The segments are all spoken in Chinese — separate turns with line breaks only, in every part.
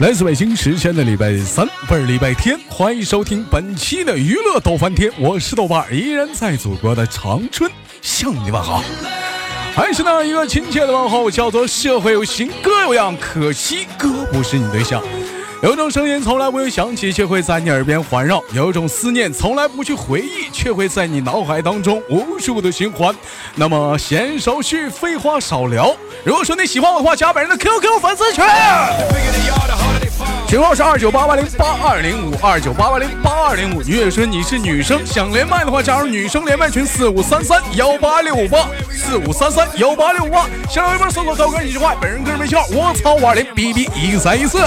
来自北京时间的礼拜三，不是礼拜天，欢迎收听本期的娱乐逗翻天，我是豆瓣儿，依然在祖国的长春向你问好，还是那一个亲切的问候，叫做社会有型哥有样，可惜哥不是你对象。有种声音从来不会响起，却会在你耳边环绕；有一种思念从来不去回忆，却会在你脑海当中无数的循环。那么闲少叙，废话少聊。如果说你喜欢我的话，加本人的 QQ 粉丝群，群号是二九八八零八二零五二九八八零八二零五。你也说你是女生，想连麦的话，加入女生连麦群四五三三幺八六五八四五三三幺八六五八。新浪微博搜索高哥你是坏，本人个人微信号我操五二零 B B 一三一四。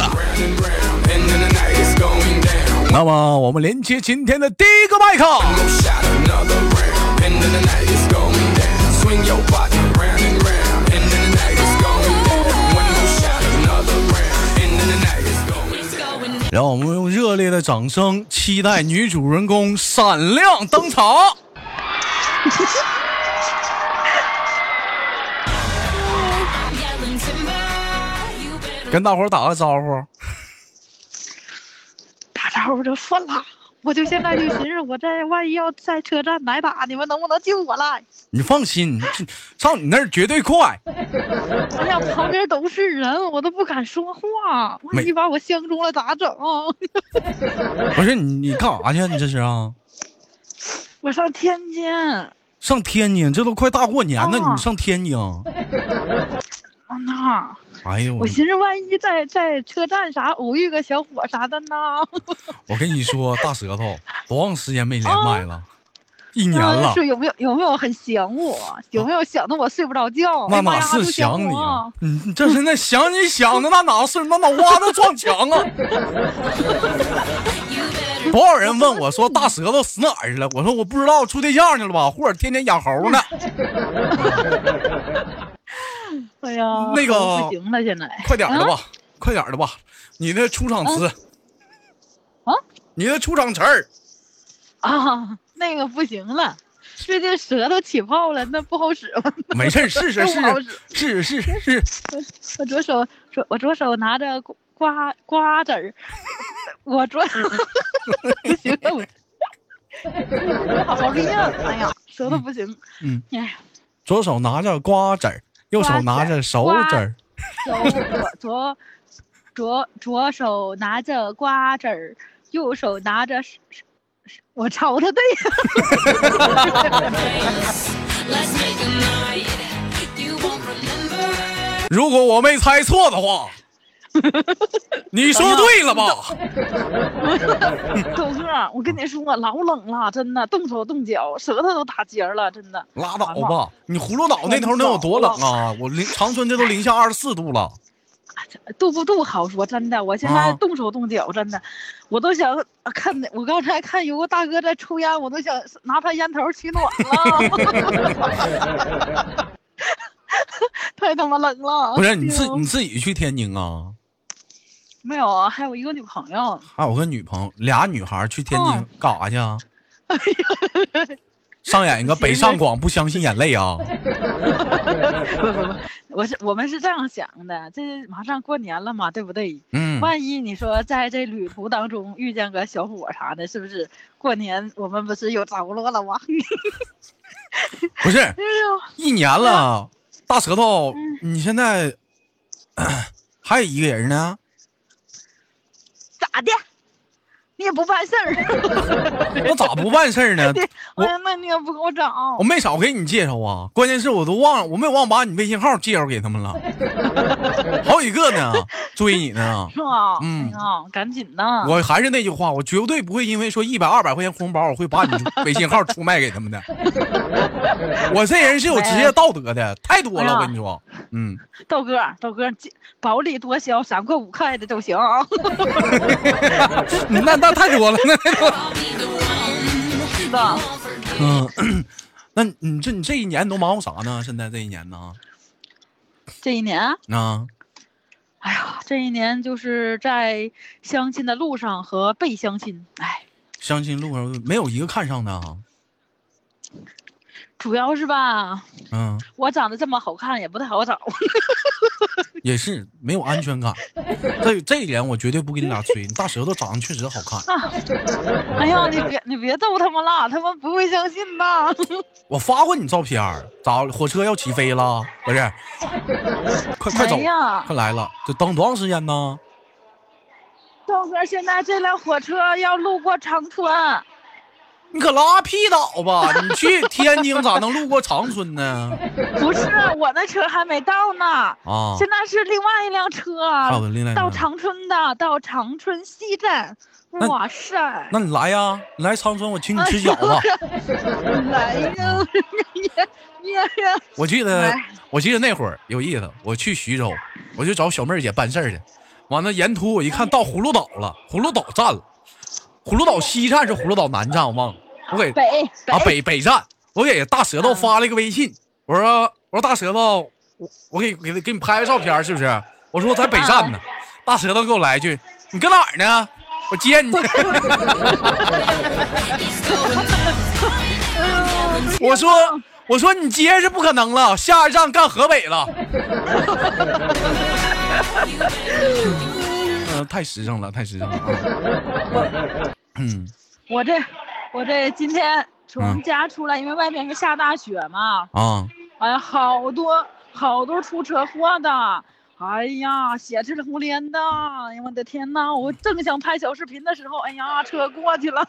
那么我们连接今天的第一个麦克。让我们用热烈的掌声期待女主人公闪亮登场。跟大伙儿打个招呼。
打招呼就算了，我就现在就寻思，我在万一要在车站挨打，你们能不能救我来？
你放心，这上你那儿绝对快。
哎呀，旁边都是人，我都不敢说话，
没
万一把我相中了咋整 啊？
不是你，你干啥去啊？你这是啊？
我上天津，啊
上天津，这都快大过年了，
哦
你上天 津？
那
哎呦，
我
我
寻思万一在在车站啥偶遇个小伙啥的呢？
我跟你 说，大舌头，多长时间没连
哦
麦了？一
嗯
年了。
是有没有有没有很想我？有没有想的我睡不着觉？
那
哎妈
哪
呀
是
都
想你啊
我？？
你你这是那想你想的那哪是那脑瓜子撞墙 啊？多少人问我说大舌头死哪儿去了？我说我不知道，处对象去了吧，或者天天养猴呢。
嗯哎呀，
那个
我不行了，现在
快点儿的
啊
吧，快点儿的吧，你的出场词，
啊
你的出场词儿，
啊，那个不行了，最近舌头起泡了，那不好使了。
没事儿，试试
那 我
试试试试试，
我左手左我左手拿着瓜瓜瓜子儿， 我左 不行了，我我 好好练，哎呀，舌头不行，
嗯，
哎呀，
左手拿着瓜子儿，右手拿着手指儿，
左左左左左手拿着瓜子儿，右手拿着是。是是我朝他对呀，
如果我没猜错的话， 你说对了吧？
豆哥，我跟你说，老冷了，真的，动手动脚，舌头都打结儿了，真的。
拉倒吧，你葫芦岛那头能有多冷啊？我零长春这都零下二十四度了，
度不度好说，真的，我现
啊
在动手动脚，真的，我都想啊看那，我刚才看有个大哥在抽烟，我都想拿他烟头取暖了， 太他妈冷了。
哦不是你
哎
自
呦
你自己去天津啊？
没有啊？还有一个女朋友，
还有个女朋友，俩女孩儿去天津
嗯
干啥去 啊？上演一个北上广不相信眼泪啊！
不不不，我是我们是这样想的，这马上过年了嘛，对不对？
嗯，
万一你说在这旅途当中遇见个小伙啥的，是不是？过年我们不是有着落了吗？
不是
哎呦。
一年了，大舌头
嗯，
你现在 唉还有一个人呢？
咋的？你也不办事儿？
我咋不办事儿呢？我
哎呀，那你也不给我找
我，没少给你介绍啊，关键是我都忘了，我没有忘把你微信号介绍给他们了，好几个呢，追你呢。
是吧？
嗯
哎呀，赶紧的。
我还是那句话，我绝对不会因为说一百二百块钱红包，我会把你微信号出卖给他们的。我这人是有职业道德的，太多了，我跟你说。嗯，
豆哥，豆哥，这薄利多销，三块五块的都行 啊。
嗯那那太多了，那太多了。
是的，
嗯，那你这你这一年都忙活啥呢？现在这一年呢？
这一年，
啊，
哎呀，这一年就是在相亲的路上和被相亲，哎，
相亲路上没有一个看上的啊。
主要是吧，
嗯，
我长得这么好看也不太好找。
也是没有安全感。这这一点我绝对不跟你俩吹，你大舌头长得确实好看。
哎呀，你别你别逗他们了，他们不会相信吧？
我发过你照片儿，咋火车要起飞了？不是， 快快走，
哎呀
快来了，这等多长时间呢？
豆哥，现在这辆火车要路过长春，
你可拉屁倒 吧！你去天津咋能路过长春呢？
不是我那车还没到呢。
啊，
现在是另外一辆车，
还有另外一辆
到长春的，到长春西站。
啊那
哇塞！
那你来呀，你来长春，我请你吃 饺子。
来呀！ 你你
我记得
来，
我记得那会儿有意思，我去徐州，我就找小妹儿姐办事儿去。完了，沿途我一看到葫芦岛了，葫芦岛站了，葫芦岛西站是葫芦岛南站，我忘了。我给
北
啊北北站，我给大舌头发了一个微信，我说我说大舌头，我我给给给你拍个照片是不是？我说我在北站呢，大舌头给我来一句，你搁哪儿呢？我接你。 我说我说你接是不可能了，下一站干河北了。 嗯、太实诚了，太实诚了啊！ 嗯，
我这我这今天
嗯
从家出来，因为外面是下大雪嘛，
啊，
哎呀，好多好多出车祸的，哎呀，血赤红脸的，哎呀，我的天呐，我正想拍小视频的时候，哎呀，车过去了，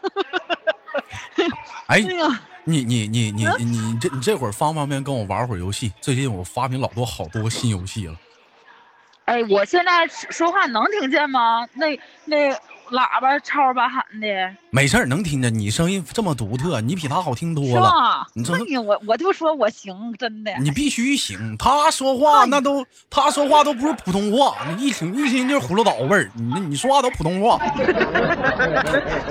哎，
哎呀，
你你你你
嗯
你你这你这会儿方不方便跟我玩会儿游戏？最近我发明老多好多新游戏了。
哎，我现在说话能听见吗？那那喇叭超吧喊的，
没事儿，能听着。你声音这么独特，你比他好听
是
多了。
吧？
你这
那你我我就说我行，真的。
你必须行，他说话
哎
那都他说话都不是普通话，你一听一听就是葫芦岛味儿。你你说话都普通话，
哎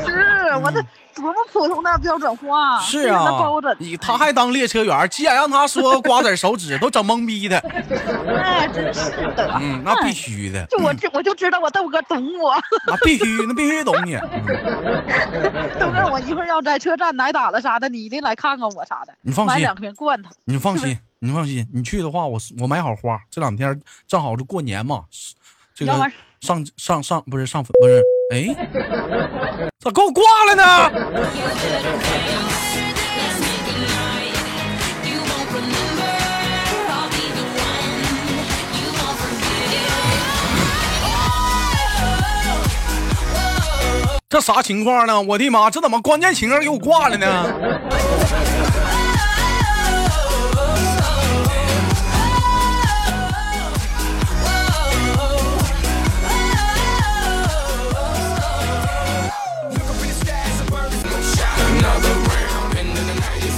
是我这多么普通的标准话，
嗯是
非常的
啊
标准，，
你他还当列车员，急眼让他说瓜子手指都整懵逼的。
哎，真是的，
嗯，那必
哎
须的，
就我这我就知道我豆哥懂我，
那必须，那必须懂你。嗯
豆哥我一会儿要在车站挨打了啥的，你一定来看看我啥的，
你放
买
心
两瓶罐头，
你放
是不
心，你放心，你去的话，我我买好花。这两天正好是过年嘛，是这
要不
个
然
上上上不是上不是，哎，咋给我挂了呢？这啥情况呢？我的妈，这怎么关键情况给我挂了呢？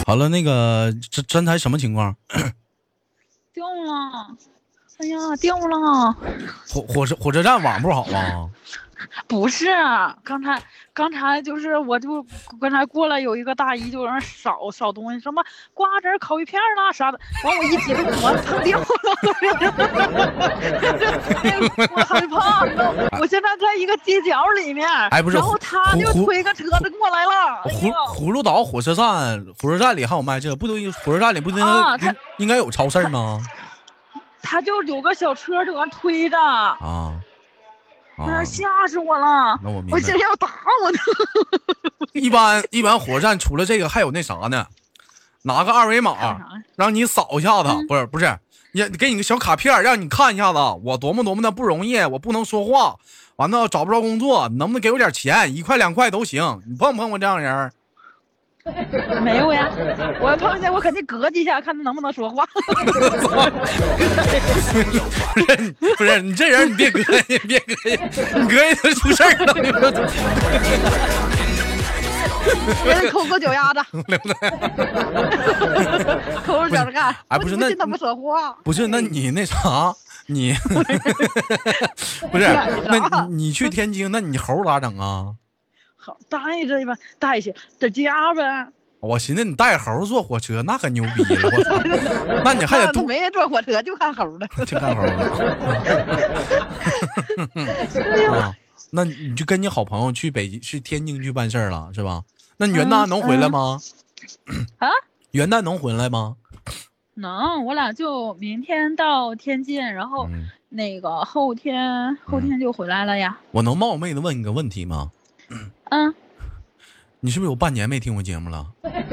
好了，那个这真才什么情况？
掉了。哎呀，掉了！
火火车火车站网不好啊？
不是，啊刚才刚才就是我就刚才过来有一个大姨就让扫扫东西，什么瓜子儿烤鱼片儿啦啥的，完我一激动我蹭掉了，我 害怕，你知道吗我现在在一个街角里面，
哎不是
然后他
胡
就
胡
推个车子过来了，哎
葫
呦
葫芦岛火车站，火车站里还有卖这，不都火车站里不都应该、
啊它
应应该有超市吗？
他就有个小车就往推着，
啊
哎
啊
呀，吓死我了，
那我明
我
白
这。要打我呢，
一般一般火车站除了这个还有那啥呢？拿个二维
干
码
啥呀
让你扫一下子，不是不是，你给你个小卡片儿，让你看一下子，我多么多么的不容易，我不能说话，完了找不着工作，能不能给我点钱，一块两块都行。你碰不碰过这样人儿？
没有呀，我碰见我肯定咯叽一下，看他能不能说话。
不是不是，你这人你别膈应，别膈应，你膈应就出事儿了 你说。
别人抠抠脚丫子， 抠抠脚着干。
哎
我
不是
怎
那
么信他不啊说话，
不是，那你那啥，你 不是？那你你去天津，那你猴咋整啊？
好带着吧，带去在家呗。
我寻思你带猴坐火车，那可牛逼了，我操！那哎你还得
那
吐，
没人坐火车，就看猴的。
挺干猴的
哎呀，
啊。那你就跟你好朋友去北去天津去办事儿了，是吧？那你元旦能回来吗？
嗯啊，
元旦能回来吗？
能，我俩就明天到天津，然后
嗯，
那个后天后天就回来了呀。
我能冒昧的问你个问题吗？
嗯，
你是不是有半年没听我节目了？
哎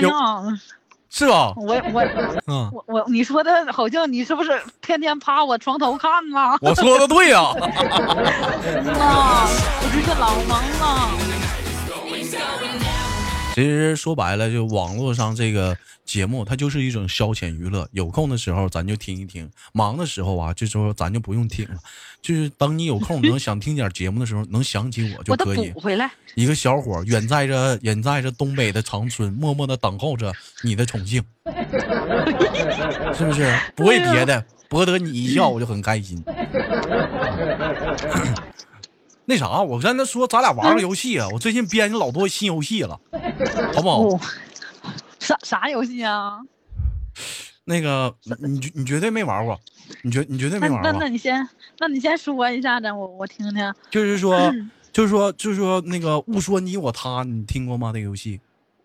有
呀，
是吧？
我我
嗯，
我我，你说的好像你是不是天天趴我床头看呐？
我说的对呀、嗯
啊，我最近老忙了。
其实说白了，就网络上这个节目，它就是一种消遣娱乐。有空的时候咱就听一听，忙的时候啊，这时候咱就不用听了。就是等你有空能想听点节目的时候，能想起我就
我得
可以
补。回来，
一个小伙儿远在这远在这东北的长春，默默的等候着你的宠幸，是不是？不为别的，博得你一笑，我就很开心。 那啥，我跟他说，咱俩玩个游戏啊！我最近编了老多新游戏了，好不好？
哦， 啥啥游戏啊？
那个，你你绝你绝对没玩过，你绝你绝对
那
没
你
玩
那
过
那。你先，那你先说一下子，我我听听。
就是说，
嗯
就是说，就是说，那个勿说你我他，你听过吗？那个游戏，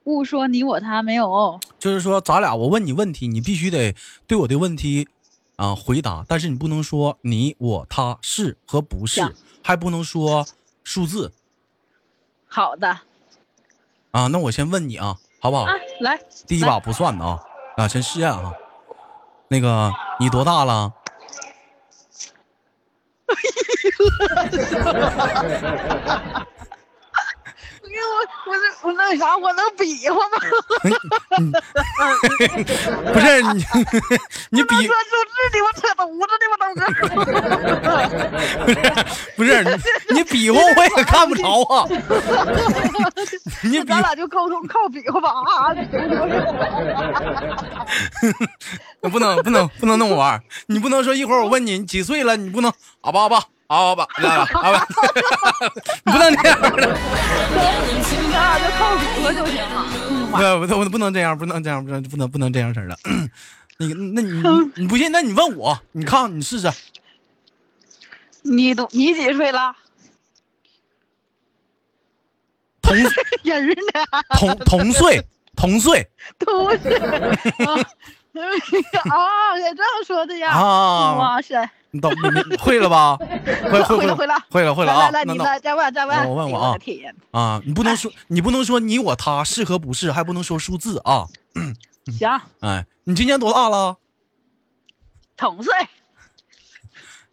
勿说你我他没有，
就是说，咱俩我问你问题，你必须得对我的问题啊、回答，但是你不能说你我他是和不是
行，
还不能说数字
好的
啊。那我先问你啊，好不好？
啊，来，
第一把不算的啊，啊，先试验啊。那个，你多大了？
因为我我那我那啥，我能比划吗？
不是你， 你
我
比
说这这地方扯犊子地方都是。
不是你，你比划我也看不着啊。你
那
比
咱俩就沟通靠比划吧啊！
不能不能不能那么玩儿，你不能说一会儿我问你你几岁了，你不能啊吧啊吧啊吧啊吧啊吧，啊 吧你不能这样儿的，
咱俩就靠比划就行了。嗯
不
哇
是不能不能这样儿，不能这样儿，不能不能不能这样式儿的。那个，那你你你不信？那你问我，你看你试试。
你都你几岁了？
同
人呢？
同同岁同岁
都是啊啊，也这样说的呀！
啊，
哇塞，
你懂你明会了吧？会会
会
会
了会了
会了会了
来
啊！
来来，
那
你
那
来再问再问，
我问我
哎
啊
呦的天，
啊，你不能说你不能说你我他是和不是，还不能说数字啊！
行，
哎，你今年多大了？
同岁，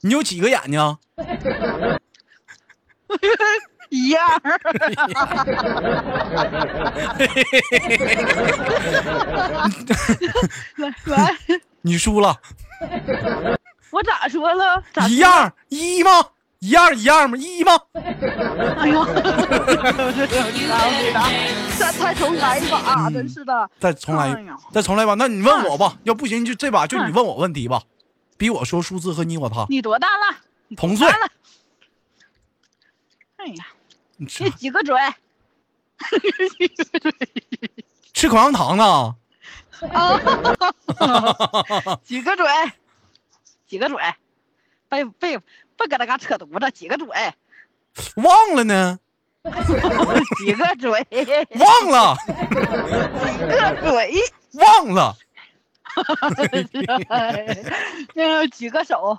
你有几个眼睛啊？
一样儿，来来，
你输了。
我咋说了？咋
一
说
样儿一吗？一样儿一样儿吗？一吗？
哎呦， 这太重来一把，啊真是的。
再嗯重来
哎
一
呦，
再重来吧。那你
嗯
问我吧，要不行就这把就你问我问题吧，逼我说数字和你我他
你多大了？
同岁。
哎呀，
你
你
吃
几个嘴？
吃口香糖呢？
哦几个嘴？几个嘴？别别别搁那嘎扯犊子！几个嘴？
忘了呢？
几个嘴？
忘了？
几 个嘴？
忘了？
那几个手？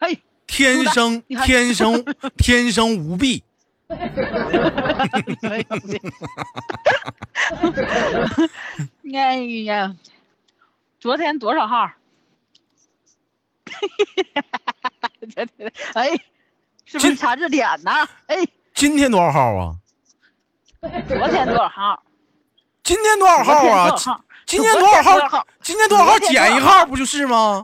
嘿，
天生
你还
天 生天生无弊。
哎呀，昨天多少号？哎，是不
今
是查字典呢？哎，
今天多少号啊？
昨天多少号？
今天多少号啊
昨天多
今天多少
少号？昨天多少
号
号？
今天多少号
昨天多少
减一号不就是吗？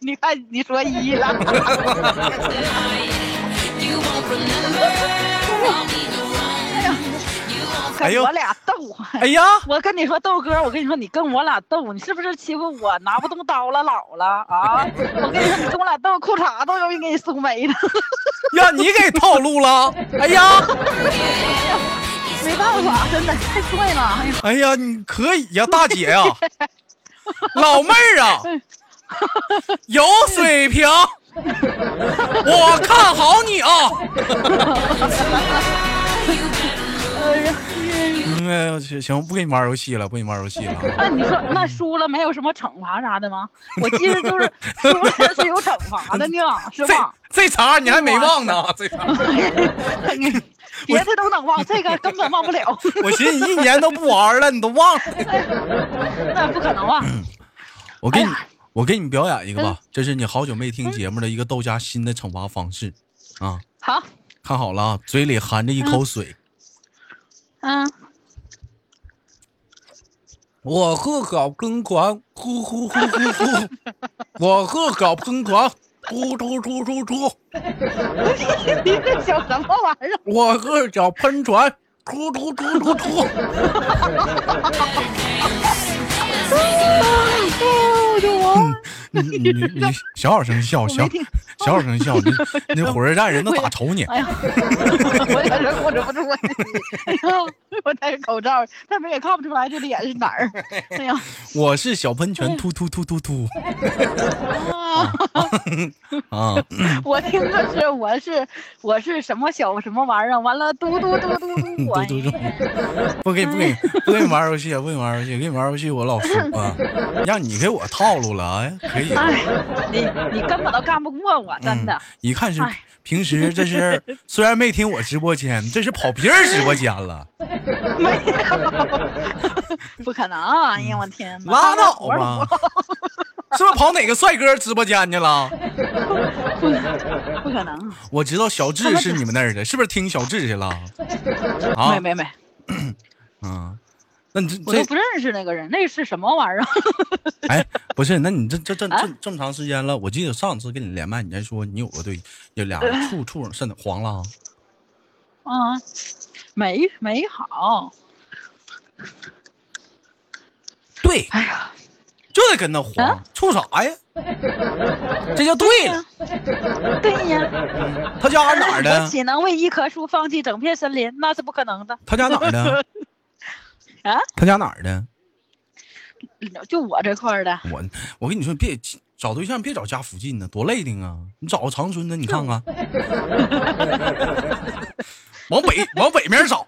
你看你说一了，
哎
跟
呦
我俩斗。
哎呀，
我跟你说，豆哥，我跟你说，你跟我俩斗，你是不是欺负我拿不动刀了，老了啊？ 我跟你说，你跟我俩斗，裤衩都容易给你送没了，
让你给套路了。哎呀。
没办法，真的太帅了。哎呀，
哎呀，你可以呀、大姐 啊呀、老妹儿啊，有水平，我看好你啊！嗯哎呦，行行，不跟你玩游戏了，不跟你玩游戏了啊。
那你说那输了没有什么惩罚啥的吗？我记得就是输了是有惩罚的呢，是
这
吧？
这茬你还没忘呢，这茬
别的都能忘，这个根本忘不了，
我寻思你一年都不玩了，你都忘了。
那不可能忘。
我给你
哎呀，
我给你表演一个吧，这是你好久没听节目的一个道家新的惩罚方式啊！
好，
看好了啊，嘴里含着一口水，
嗯，
我喝搞喷狂，呼呼呼呼呼，我喝搞喷狂，突突突突突，
你这小什么玩 意儿？
我喝搞喷泉，突突突突突。
哎呦我
你你你你小小声笑，小
没听
小小声笑，你那火车站人都打瞅你。
哎呀，我有点控制不住了。 哎呀，我戴着口罩，但是也看不出来这脸是哪 儿。哎呀，
我是小喷泉，突突突突突
啊，
啊！
我听的是我是我是什么小什么玩意儿，啊完了嘟嘟嘟嘟嘟，我
嘟嘟嘟，不给不给不给你玩游戏，不给你玩游戏，给你玩游戏我老输啊，让你给我套路了，哎，可以，
哎，你你根本都干不过我，真的
嗯。，一看是
哎
平时这 是虽然没听我直播间，这是跑别人直播间 了，嗯
没有，不可能！哎呀，我天哪！
拉倒吧，是不是跑哪个帅哥直播间去了？
不可，不可能！
我知道小智是你们那儿的，是不是听小智去 了？啊
没，没没，
嗯，那你这
我都
这
不认识那个人，那是什么玩意儿？
哎，不是，那你这这这
啊
这这么长时间了，我记得上次跟你连麦，你还说你有个对，有俩
呃
人处处甚至黄了啊。
啊，没没好，
对，
哎呀，
就得跟他黄
啊，
处啥呀？这就对了。
对呀，
他家哪儿
我
的？
岂能为一棵树放弃整片森林？那是不可能的。
他家哪儿的？
啊，
他家哪儿的？
就我这块儿的，
我我跟你说，别找对象，别找家附近的，多累挺啊！你找个长春的，你看看，往北往北面找。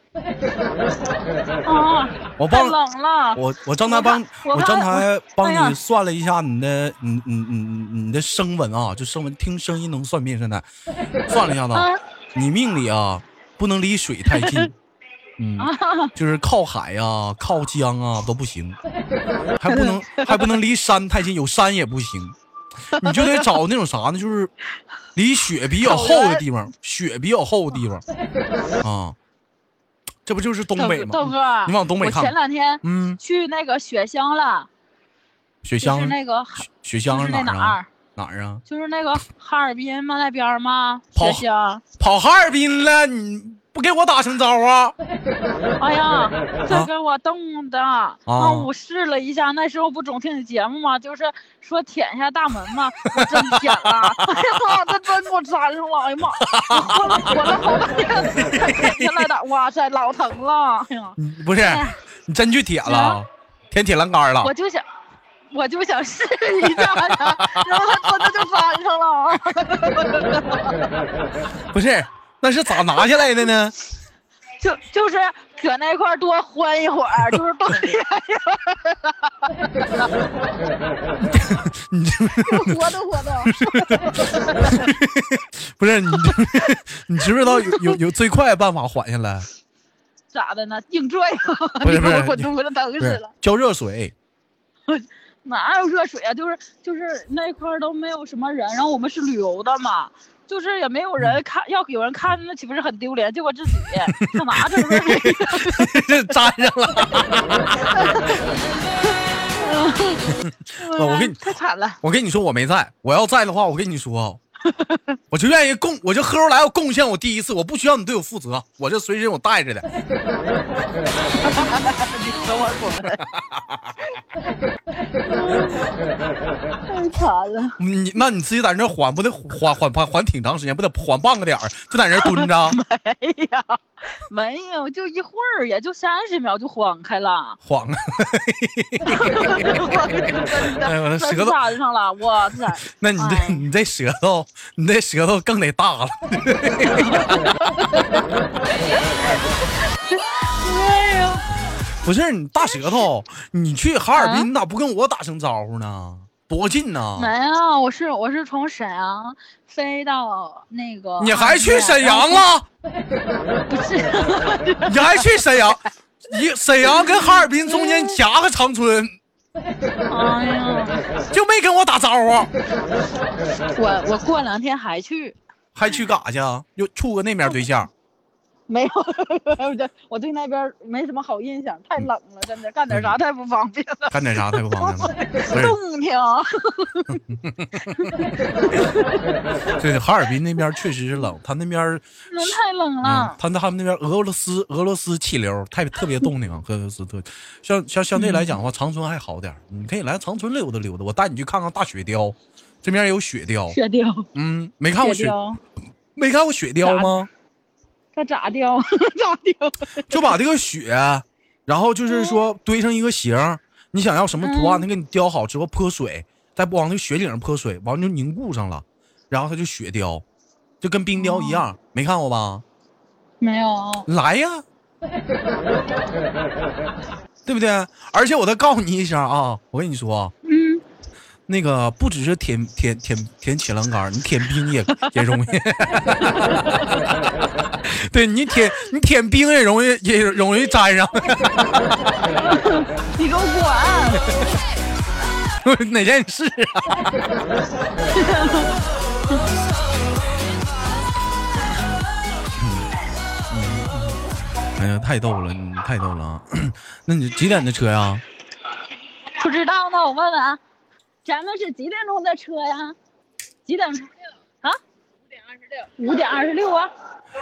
啊，
我
太
帮
冷了。
我我刚才帮
我
我
刚
刚才帮
哎呀
你算了一下你的你你你你你的声纹啊，就声纹听声音能算命，现在算了一下子啊，
啊
你命里啊不能离水太 近，嗯，
啊
就是靠海呀、靠江啊都不 行，还不能还不能离山太近，有山也不行，你就得找那种啥呢，就是离雪比较厚的地方，雪比较厚的 地方啊，这不就是东
豆
北
哥，
吗
豆？哥，
你往东北
我
看
前两天
嗯，
去那个雪乡了，
雪
就
乡
是那个，
雪雪乡
就
是
是那
哪儿
哪
啊？
儿，
哪儿啊？
就是那个哈尔滨嘛，那边儿嘛，
跑
雪乡。
跑哈尔滨了，你不给我打声招呼啊？
哎呀，这给我冻的啊！
哦
我试了一下，那时候不总听你节目吗？就是说舔一下大门嘛，我真舔了， 哎呀，这真给我粘上了！哎呀妈，我混了我了好 半天才舔下来的，哇塞，老疼了！哎呀，
你嗯不是
哎，
你真去铁了
啊，
舔铁栏杆了
我。就想。我就想试一下呀，然后真的就粘上了。
不是，那是咋拿下来的呢？
就就是搁那块儿多欢一会儿，就是多
你这
活动活动。
不是你这，你知不知道有有有最快的办法缓下来？
咋的呢？硬 拽呀！
不是不是
你给我滚犊子，疼
不
死
是
了！
浇热水，
哪有热水啊？就是就是那块儿都没有什么人，然后我们是旅游的嘛，就是也没有
嗯
人看，要有人看那岂不是很丢脸？结 果自己上哪整热水？
粘上了。哦我跟你
太 惨了，
我跟你说，我没在，我要在的话，我跟你说 啊。我就愿意贡，我就喝出来，我贡献我第一次，我不需要你对我负责，我这随身我带着的。
你等我滚！太惨了，
你那你自己在那 缓，不得缓缓缓缓挺长时间，不得缓半个点儿，就在那儿蹲着。，
哎呀，没有，就一会儿，也就三十秒就晃开了
晃啊！
我真
哎呦我的
的
舌
真
头
粘上了，我天！
那你这、
哎
你这舌头，你这舌头更得大了。
哎呦，
不是你大舌头，你去哈尔滨，你咋不跟我打声招呼呢？多近呐！
没有，我是我是从沈阳飞到那个，
你还
啊
去沈阳？了？
不是，
你还去沈阳？你沈阳跟哈尔滨中间夹个长春，
哎呀，
就没跟我打招呼，
我我过两天还去。
还去干啥去啊？又处个那面对象？
没有，我对我对那边儿没什么好印象，太冷了，真的干点啥太不方便了。
干点啥太不方便了？不是，
冻挺，
对哈尔滨那边确实是冷，他那边儿，
那 太冷
嗯
了，。
他那他们那边俄罗斯俄罗斯气流太特别冻挺， 俄罗斯特像像相对来讲的话，长春还好点儿，你可以来长春溜达溜达，我带你去看看大雪雕，这边有雪雕，
雪雕，
嗯，没看过
雪
雪
雕，
没看过雪雕吗？
它咋 雕？咋雕？
就把这个雪，然后就是说堆成一个形儿，你想要什么图案，它给你雕好之后泼水，再不往那个雪顶上泼水，完了就凝固上了，然后它就雪雕，就跟冰雕一样，没看过吧？
没有，
来呀， 对不对？而且我再告诉你一声啊，我跟你说啊，
嗯，
那个不只是舔舔舔舔铁栏杆儿，你舔冰也也容易。 对你舔你舔冰也容易也容易粘上。
你给我滚！
哪件事啊？ 哎呀，太逗了，你太逗了啊！ 那你几点的车呀、
不知道呢，我问问啊，咱们是几点钟的车呀？几点钟？啊？五点二十六。五点二十六啊！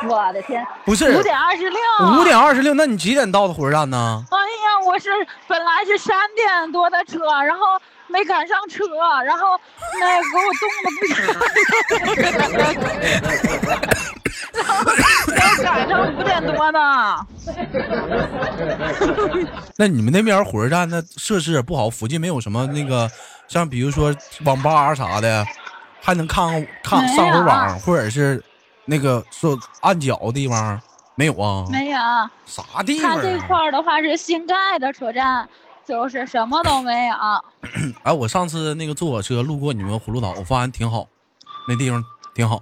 我的天，
不是
五点啊二十六。
五。点二十六，那你几点到的火车站呢？
哎呀，我是本来是三点多的车，然后没赶上车，然后那给我冻的不行，然后赶上五点多的。
那你们那边火车站那设施也不好，附近没有什么那个，像比如说网吧啊啥的，还能看看看
没有啊
上回网，或者是那个说按脚的地方没有啊？
没有，
啥地方、
它
啊？
这块儿的话是新盖的车站，就是什么都没有。
哎，我上次那个坐火车路过你们葫芦岛，我发现挺好，那地方挺好，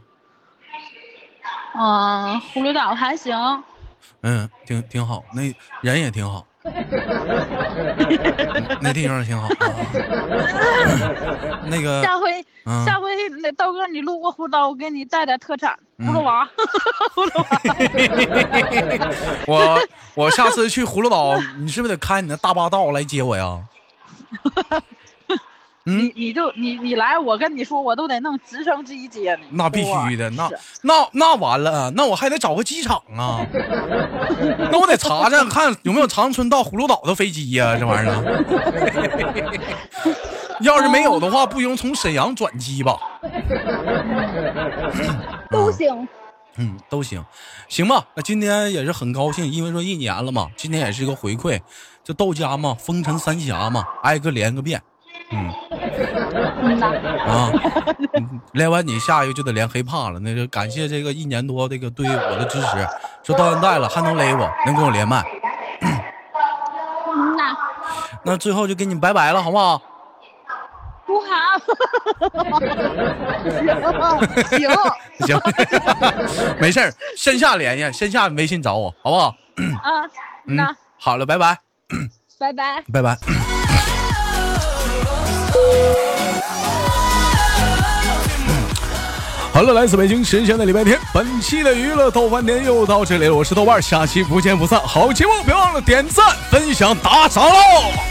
嗯，葫芦岛还行，
嗯，挺挺好，那人也挺好，嗯那地方挺好。啊 那个
下回、
嗯
下回那豆哥你路过葫芦岛，我给你带点特产，葫芦娃。
我我下次去葫芦岛，你是不是得开你那大巴道来接我呀？
你你就你你来，我跟你说，我都得弄直升机接你。
那必须的，那
哇
那那完了，那我还得找个机场啊，那我得查查看有没有长春到葫芦岛的飞机呀、这玩意儿。啊要是没有的话，不用从沈阳转机吧？
都行。
嗯，都行，行吧。那今天也是很高兴，因为说一年了嘛，今天也是一个回馈。这豆家嘛，风尘三侠嘛，挨个连个遍
嗯呐，
啊。嗯连完你，下一个就得连黑怕了。那就感谢这个一年多这个对我的支持，说到现在了还能勒我，能跟我连麦。
嗯呐，
那最后就跟你拜拜了，好不好？
不好。行行，
行，没事儿，线下联系，线下微信找我，好不好？嗯
啊，那
好了，拜拜，
拜拜。
拜拜。
好了，来自北京时间的礼拜天，本期的娱乐豆翻天又到这里了，我是豆瓣儿，下期不见不散。好节目别忘了点赞、分享、打赏喽！